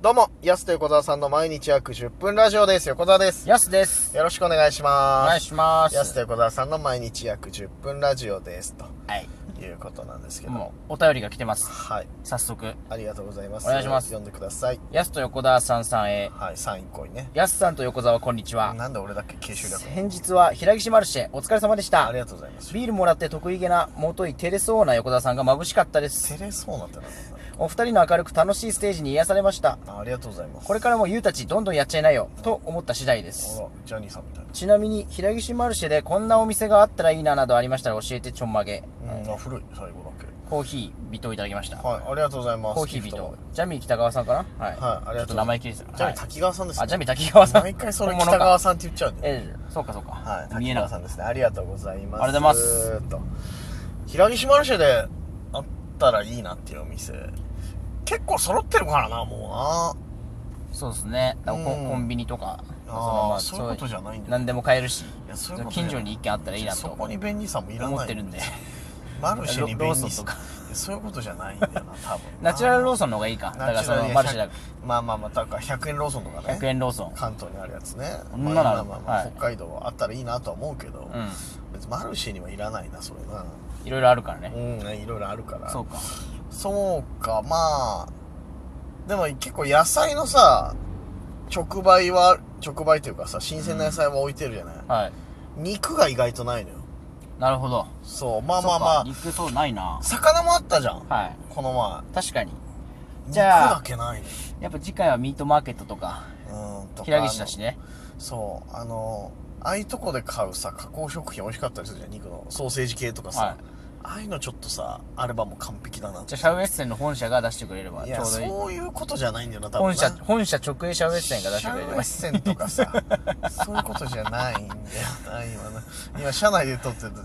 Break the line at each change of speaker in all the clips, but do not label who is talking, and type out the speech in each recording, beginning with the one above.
どうも、ヤスと横澤さんの毎日約10分ラジオです。横澤です。
やすです。
よろしくお願いします。
お願いします。
ヤスと横澤さんの毎日約10分ラジオです。
はい。
ということなんですけど
も
も。
う、お便りが来てます。
はい。
早速。
ありがとうございます。
お願いします
読んでください。
やすと横田さんさんへ。
はい、3位来いね。
やすさんと横澤こんにちは。
なんで俺だっけ吸収力。
先日は平岸マルシェ、お疲れ様でし
あ
た
り。がとうございます。
ビールもらって得意げな、もとい照れそうな横田さんが眩しかったです。
照れそうなってなかっ
お二人の明るく楽しいステージに癒されました。
たなありがとうございます。
これからもユウたちどんどんやっちゃいなよ、と思った次第です
あ。ら、ジャニーさんみたい
ちなみに、平岸マルシェでこんなお店があったらいいななどありましたら教えてちょんまげ。
な。うん、あ、古い、最後だ
コーヒー、ビトをいただきました。
け。はい、ありがとうございます。
コーヒービ
ギフトも
ト。ジャミー北川さんかな
はい、あ
はい。
りがとうございます。
ちょっと名前切りです
ジャニ
はい
ー滝川さんですね。
あ、ジャミー滝川さん。
毎回それ
本
北
物か
川さんって言っちゃうんだよ。
ええそうかそうか。
はい、
見
滝
えな
川
かっ
さ
た。
んですね。ありがとうございます。
ありがとうございます
と。平岸マルシェであったらいいなっていうお店。結構揃ってるからな、も
そうですね。だからコ
うん
ンコンビニとか、
あーそういうことじゃないんだ
何でも買えるし
いやそういうことじゃ
近
ない
所に一軒あったら
う
いい
な。
な
そ
と
こに便利さもいらない。
思ってるんで。
マルシェに便
ロロー
利
ソ
さ
ンとか。
そういうことじゃないんだよ な、多分な。
ナチュラルローソンの方がいいか。だからそのマルシェだか
まあまあまあ、だから100円ローソンとかね。
ら。100円ローソン。
関東にあるやつね。
そんなの
まあまあまあまあ
はい
北海道はあったらいいなとは思うけど、
うん。
別にマルシェにはいらないな、それな。
いろいろあるからね。
うん、いろいろあるから。
そうか。
そうか、まあ。でも結構野菜のさ、直売は、直売というかさ、新鮮な野菜は置いてるじゃない、
はい。
肉が意外とないのよ。
なるほど。
そう、まあま
そ
あ
うか
まあ、
肉そうないな。
魚もあったじゃん。
は
この前。
い。確かに。
じ
じ
ゃ
ゃ
あ。
あ
肉だけない
やっぱ次回はミートマーケットとか、
のよ。うん、とか。
平岸だしね。
あの。そう、あの、ああいうとこで買うさ、加工食品美味しかったりするじゃん、肉の。ソーセージ系とかさ。
はい
ああいうのちょっとさ、あればもう完璧だなって
じゃあシャウエッセンの本社が出してくれれ
い
ばちょ
や、
うどいい。
そういうことじゃないんだよな、多分な。
本社、本社直営シャウエッセンが出してくれれば。
シャウエッセンとかさそういうことじゃないんだよな今な今社内で撮ってただか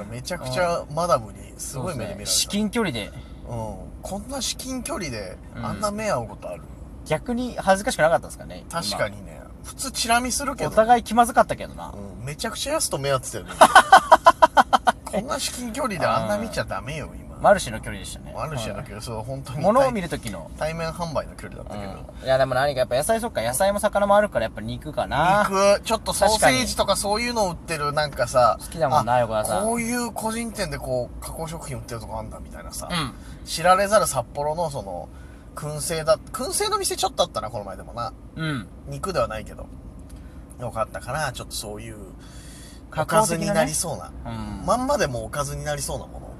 らめちゃくちゃマダムにすごい目で見られた、
至近距離で
うん、こんな至近距離で
うん
あんな目合うことある、
逆に恥ずかしくなかったですかね
確か
に
にね普通チラ見するけど
お互い気まずかったけどな、
うん、めちゃくちゃやすと目合って たよねこんな至近距離であんな見ちゃダメよ今
マルシェの距離でしたね
マルシェだけどそう本当
うん
に
物を見る時の、
対対面販売の距離だったけど、
うんいやでも何かやっぱ野菜そっか野菜も魚もあるからやっぱ肉かな
肉ちょっとソー
確
セ
かに
ージとかそういうの売ってるなんかさ
好きだもんな
あ
横田さん
こういう個人店でこう加工食品売ってるとこあんだみたいなさ、
うん
知られざる札幌のその燻製だ燻製の店ちょっとあったなこの前でもな
うん
肉ではないけどよかったからちょっとそういうお
加
か
工
ず
的なね
になりそうな、
うん
まんまでもおかずになりそうなもの、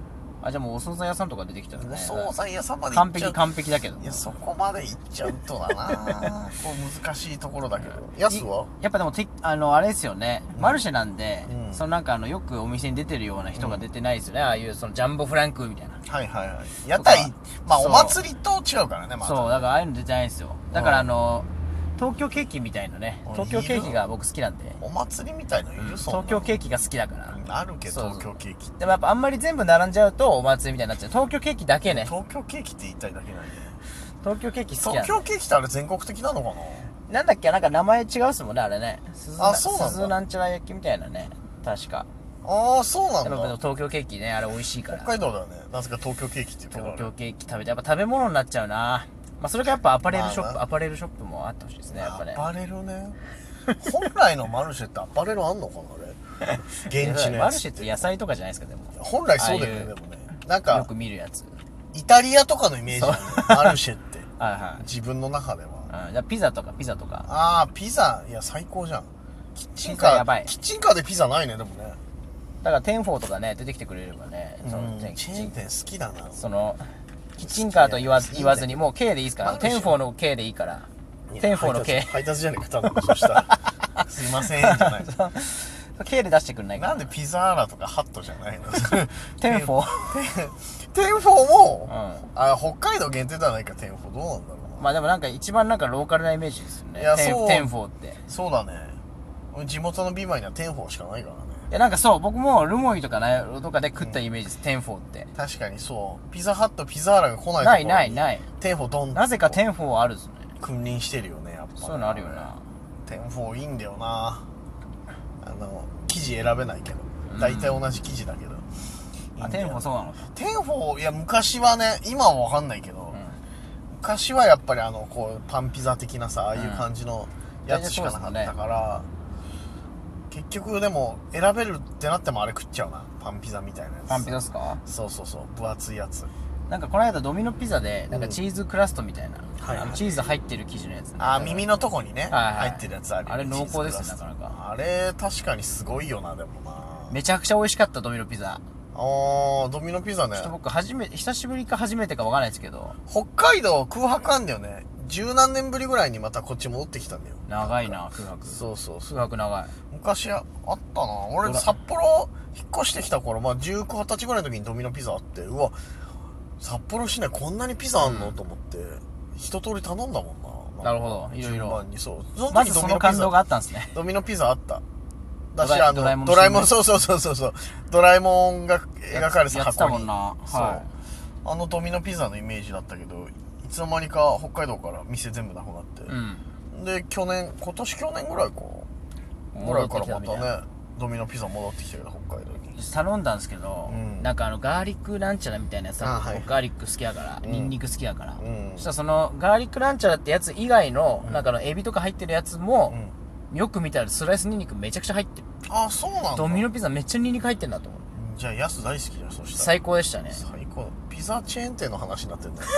あじゃあもうお惣菜屋さんとか出てきたらね
お惣菜屋さんまで行っ
完
ちゃ
璧
う
完璧だけど
いやそこまで行っちゃうとだ なこう難しいところだけどやすは
やっぱでもてあのあれですよね、マルシェなんで、
うん
そのなんかあのよくお店に出てるような人が出てないですよね、ああいうそのジャンボフランクみたいな
はいはいはい。屋台
とか、
まあお
そう
祭りと違うからね、ま
そう、だからああいうの出てないんですよ。だか
う
ら
ん
あの、東京ケーキみたいなね
あ、
東京ケーキが僕好きなんで、
お祭りみたいのいるそんな
東京ケーキが好きだから。
あるけど、
そう
東京ケーキ。
でもやっぱあんまり全部並んじゃうとお祭りみたいになっちゃう。東京ケーキだけね、
東京ケーキって言いたいだけなんで。
東京ケーキ好きなん
東
で
京ケーキってあれ全国的なのかな
なんだっけ、なんか名前違うっすもんね、あれね。鈴
あそうなんだ
鈴なんちゃら焼きみたいなね、確か。
ああ、そうなん
でもでも
だ。
東京ケーキね、あれ美味しいか
北
ら。
海道だよね。なぜか東京ケーキって言って
東
る
京ケーキ食べて、やっぱ食べ物になっちゃうな。まあそれがやっぱアパレルショ
ま
ッ
あ
プ、
な
アパレルショップもあってほしいですね、やっぱね。
アパレルね。本来のマルシェってアパレルあんのかなあれ。 現地の
マ
や
ルシ
つ
ェっ。て野菜とかじゃないですか、でも。
本来そうだよ
ああ
ね、
い
で
う
もね。なん
よ
か
く、見るやつ。
イタリアとかのイメージだよねマルシェって。
はいはい。
自分の中では。
うん、じゃあピザとかピザとか。
ああピザいや最高じゃんキッチンカ
ピ
ー
ザやばい
キッチンカーでピザないねでもね
だからテンフォーとかね、出てきてくれればね、その、
うんチ
キ
ェ
ッチ
ーン
ン、
店好きだな
その、キッチンカーと言わず
いいね
言わずに、もう K でいいですか
あ
ら、
るでしょ
テンフォーの K でいいから。テンフォーの K。
配達じゃねえか多分そしたらすいませんじゃ ない
K で出してくれないか
な
ら。
んでピザーラとかハットじゃない の
テンフォ
テンフォ
ー
ーも、
う
あ北海道限定ではないかテンフォーどうなんだろうな、
まあでもなんか一番なんかローカルなイメージですよね。
いや
テン
そう
テンフォーって。
そうだね俺地元のビマイにはテンフォーしかないからね
いやなんかそう、僕もルモイとかナイロとかで食ったイメージです、テンフォーって。
確かにそうピザハットピザーラが来ない
ないない
い
ない。
テンフォーどんどん
なぜかテンフォーはあるんですね。
君臨してるよねやっぱ
そういうのあるよな。
テンフォーいいんだよなあの生地選べないけど大体同じ生地だけど、いい
あ、
んだ
テン
よ
フォーそうなのか。
テンフォーいや昔はね今は分かんないけど、昔はやっぱりあのこうパンピザ的なさああいう
うん
感じのやつしかなかったから、結局でも選べるってなってもあれ食っちゃうなパンピザみたいなやつ
パンピザっすか
そうそうそう分厚いやつ
なんかこの間ドミノピザでなんかチーズクラストみたいな、
はいはい
あのチーズ入ってる生地のやつ
あー耳のとこにね、
はいはい
入ってるやつあるよね
あれ濃厚ですね
チーズクラスト
なかなか
あれ確かにすごいよなでもな
めちゃくちゃ美味しかったドミノピザ
あードミノピザね
ちょっと僕初め久しぶりか初めてかわかんないですけど
北海道空白あんだよね十何年ぶりぐらいにまたこっち戻ってきたんだよ
長いな空白
そうそうそう
空白長い
昔あったな俺
ほら
札幌引っ越してきた頃まあ19、20歳ぐらいの時にドミノピザあってうわ札幌市内こんなにピザあんの、と思って一通り頼んだもんな
なる
ほ
ほどいろいろ
にそうその時
まずそ
ドミノ
の
ピザ
感動があったんですね
ドミノピザあっただ
ド
し
ラ
あのド
ドラ
ラ
え
えも
も
ん、
んの
そうそうそうそうそうドラえもんが描かれて
や
た
ってた
箱
も
に
んな
そう、
は
あのドミノピザのイメージだったけどいつの間にか北海道から店全部なくなって、
うん
で去年今年去年ぐらいかぐらいからまたねドミノピザ戻ってきたけど北海道に
頼んだんですけど、
うん
なんかあのガーリックランチャラみたいなやつ
あ
あ
はい
ガーリック好きやから、
うん
ニンニク好きやから、
うん
そしたらそのガーリックランチャラってやつ以外の、
うん
なんかあのエビとか入ってるやつ
う
も、
ん
よく見たらスライスニンニクめちゃくちゃ入ってる
あそうなんだ
ドミノピザめっちゃニンニク入ってんだと思う
じゃあヤス大好きじゃんそしたら
最高でしたね
最高ピザチェーン店の話になって んだよ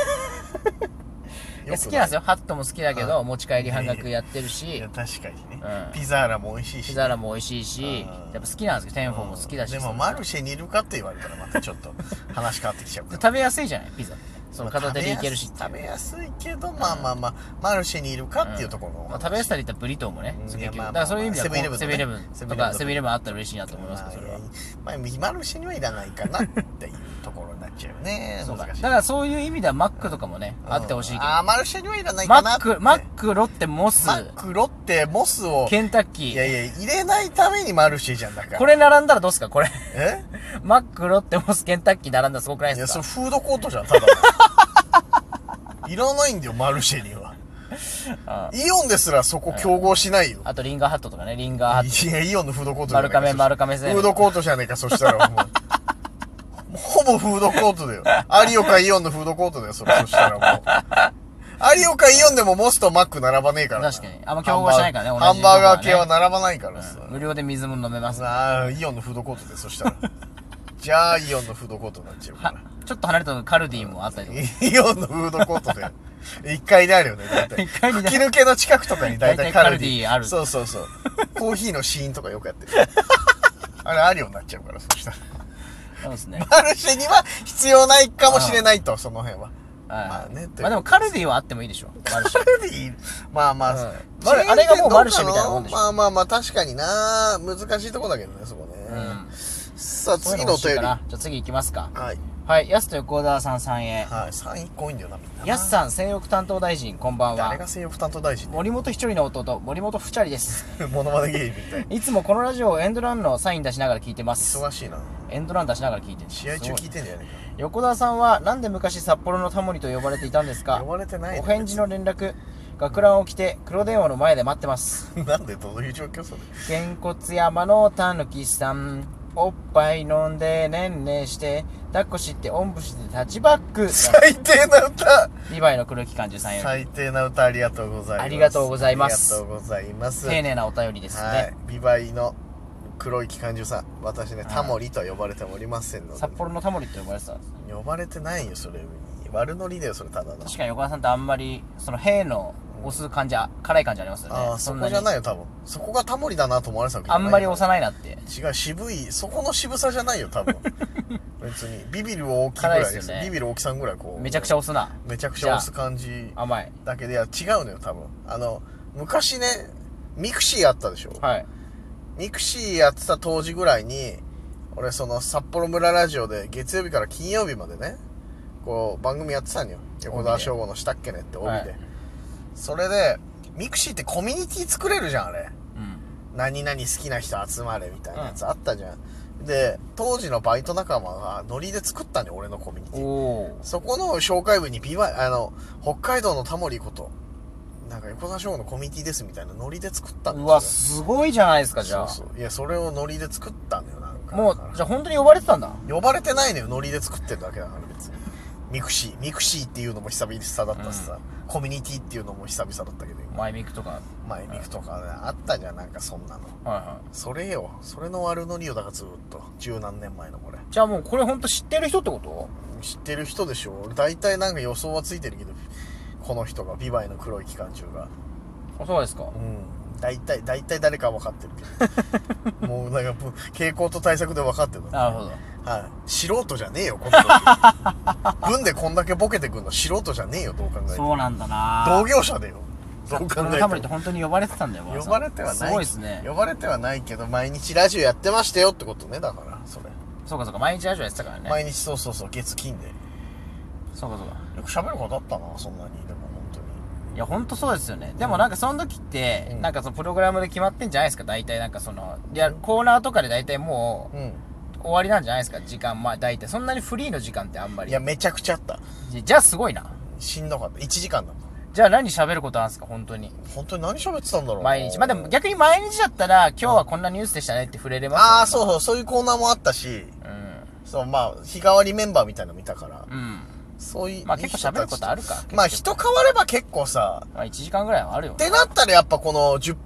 いや好きなんです
よ
よハットも好きだけど、
はい
持ち帰り半額やってるし
くないいや確かにね、
うん
ピザーラも美味しいし
ピザーラも美味しいし、
うん
やっぱ好きなんですけどテンフォーも好きだし、
うんでもマルシェにいるかって言われたらまたちょっと話変わってきちゃうから
食べやすいじゃないピザその片手でいけるしっていう
食べやすいけどまあまあまあマルシェにいるかっていうところのお話、
まあ、食べやすさで言ったらブリトーもね、
うん
そう
いや
結局
まあ
だからそういう意味ではこう
セブンイレブンとね
セブンイレブンとかセ
セブ
ブ
ン
ンイ
イ
レブンあったら嬉しいなと思います
まあ
けどそれは、
まあ、マルシェにはいらないかなっていうところになっちゃうよね
そうか
難
だ
しい
からそういう意味ではマックとかもね、
うん
あってほしいけど
あーマルシェにはいらない
マ
かな
ッ
って
クマックロッテモス
マックロッテモスを
ケンタッキ
いや
ー
いや入れないためにマルシェじゃんだから
これ並んだらどうすかこれ
え
マックロッテモスケンタッキー並んだらすごくない
い
で
や
す
そ
か
れフードコートじゃんただの いらないんだよマルシェには
あ
イオンですらそこ競合しないよ
あとリンガーハットとかねリンガーハット
いや、イオンのフードコートじゃね
丸
えか
亀丸亀製
フードコートじゃねえか、そしたらもう。もうほぼフードコートだよ。有岡イオンのフードコートだよ、それ。そしたらもう。有岡イオンでもモスとマック並ばねえからな。
確かにあんま競合しないからね
ハンバーハンバーガー系は
同
並ばないからさ。
無料で水も飲めます
なあ、イオンのフードコートで、そしたら。じゃあ、イオンのフードコートになっちゃうか
は
ら。
ちょっと離れたとこカルディもあったりとか
イオンのフードコートで。1階にあるよね、大体。
一階にね
吹き抜けの近くとかに大体カルデ
大体カル
ィ。
ディある
そうそうそう。コーヒーのシーンとかよくやってる。あれ、あるようになっちゃうから、そしたら。
そうですね
マルシェには必要ないかもしれないと、その辺は。
はい
まあね
まあでもカルディはあってもいいでしょマルシェ
カルディまあま
うん
あ、
マルあれがもうマルシェみたいなもんでしょ
まあまあまあ、確かにな。難しいとこだけどね、そこね。
うん
さあ、 次のお
そう
便
いう
り。
の
は
欲しいかなじゃあ次行きますか
い。
はいやすと横澤さんさんへ
はい。3位多いんだよな、みんな。
やすさん性欲担当大臣こんばん
誰
は
が政府担当大臣ね。
森本一人の弟森本ふちゃりです
モノマネ芸人みたいな。
いつもこのラジオをエンドランのサイン出しながら聞いてます
忙しいな。
エンドラン出しながら聞いてる
試合中聞いてんじゃね
横澤さんはなんで昔札幌のタモリと呼ばれていたんです
えか。
か
呼ばれてない
お返事の連絡学ランを着て黒電話の前で待ってます
の。なんでどういう状況それ。
げんこつ山のたぬきさんおっぱい飲んでねんねして抱っこしておんぶしてタッチバック
最低な歌
リヴァイの黒木寛治さんより
最低な歌ありがとうございます。
ありがとうございます
ありがとうございます。
丁寧なお便りです
はい
ね、
ビバイの黒い機関銃さん私ね
い
タモリと呼ばれておりませんので
札幌のタモリって呼ばれてたんです
呼ばれてないよそれ悪ノリだよそれただの
確かに横田さんってあんまりその「へ」の押す感じあ辛い感じありますよね
ああそ
ん
こ
に
じゃないよ多分そこがタモリだなと思われてたわけじ
あ
ゃない
んまり
よ
押さないなって
違う渋いそこの渋さじゃないよ多 分別にビビる大きいぐ
辛い
ら
っ
い
すよね
ビビる大きさんぐらいこう
めちゃくちゃ押すな
めちゃくちゃ押す感じ
甘い
だけでいや違うのよ多分あの昔ねミクシーあったでしょ
はい
ミクシーやってた当時ぐらいに、俺その札幌村ラジオで月曜日から金曜日までね、こう番組やってたんよ。横
帯
澤
で
翔吾のしたっけねって帯で。
はい
それで、ミクシーってコミュニティ作れるじゃん、あれ。
うん
何々好きな人集まれみたいなやつあったじゃん。で、当時のバイト仲間がノリで作ったのよ、俺のコミュニティ。
おお
そこの紹介部にビワ、あの、北海道のタモリこと、なんか横澤翔吾のコミュニティですみたいなノリで作ったん
うわすごいじゃないですかじゃあ
そうそういやそれをノリで作ったんだよなんか
も
だ
う
か
じゃあ本当に呼ばれてたんだ
ら呼ばれてないのよノリで作ってるだけだから別にミクシーミクシーっていうのも久々だったしさ、コミュニティっていうのも久々だったけど
マイミクとか
前ミクとかねあったじゃんなんかそんなの
はいは
それよそれの悪ノリよだからずっと十何年前のこれ
いじゃあもうこれほんと知ってる人ってこと
知ってる人でしょ俺大体なんか予想はついてるけどこの人がビバイの黒い機関中が
あそうですか
うん大体大体誰かは分かってるけど もうなんかぶ傾向と対策で分かってるの
なるほど
はい、素人じゃねえよこの 人文でこんだけボケてくんの素人じゃねえよどう考えても
そうなんだな
同業者だよどう考
この
え
タモリってて
も
本当に呼ばれてたんだよ和田さ
呼
ん
ばれてはない
すごいですね
呼ばれてはないけど毎日ラジオやってましたよってことねだからそれ、
そうかそうか毎日ラジオやってたからね
毎日そうそうそう月金で
そうかそうか
よく喋る子だったなそんなにでも本当に
いやほんとそうですよねでもなんかその時って、
うん
なんかそのプログラムで決まってんじゃないですか大体なんかそのいやコーナーとかで大体もう
う
終わりなんじゃないですか時間まあ大体そんなにフリーの時間ってあんま
ん
り
いやめちゃくちゃあった
じゃじゃあすごいな
しんどかった1時間だもん
じゃあ何喋ることあるんですか本当に
本当に何喋ってたんだろうな
毎日まあでも逆に毎日だったら今日はこんなニュースでしたねって触れれます
ああ
う
そうそうそういうコーナーもあったし
う
そうまあ日替わりメンバーみたいなの見たから
んうん
そういう
まあ結構喋ることあるか
まあ人変われば結構さ、
まあ1時間ぐらいはあるよ
ってなったらやっぱこの10、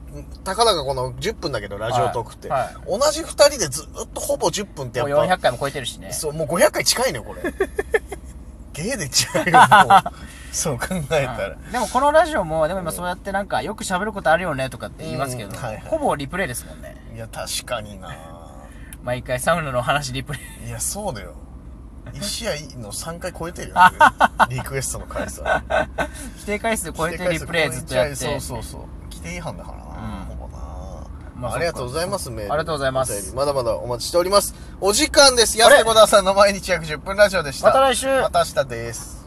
たかだかこの10分だけどラジオトークって、
はいは
同じ2人でずっとほぼ10分ってや
も
っ
う
ぱ、
400回も超えてるしね
そう、もう500回近いのよ、こ れ。ゲーで違うよ、もう。そう考えたら。
うんでもこのラジオもでも今そうやってなんかよく喋ることあるよねとかって言いますけど、
うんはいはい
ほぼリプレイですもんね
いや、確かにな
毎回サウナの話リプレイ
いや、そうだよ。1試合の3回超え てるよ、リクエストの回数。
規定回数超えてリプレイずっとやって
そうそうそう。規定違反だからな、
うん
ほぼな
まあ
ありがとうございます、メール。
ありがとうございます
お便りまだまだお待ちしております。お時間です。
あれ
安手小田さんの毎日約10分ラジオでした。
また来週
また明日です。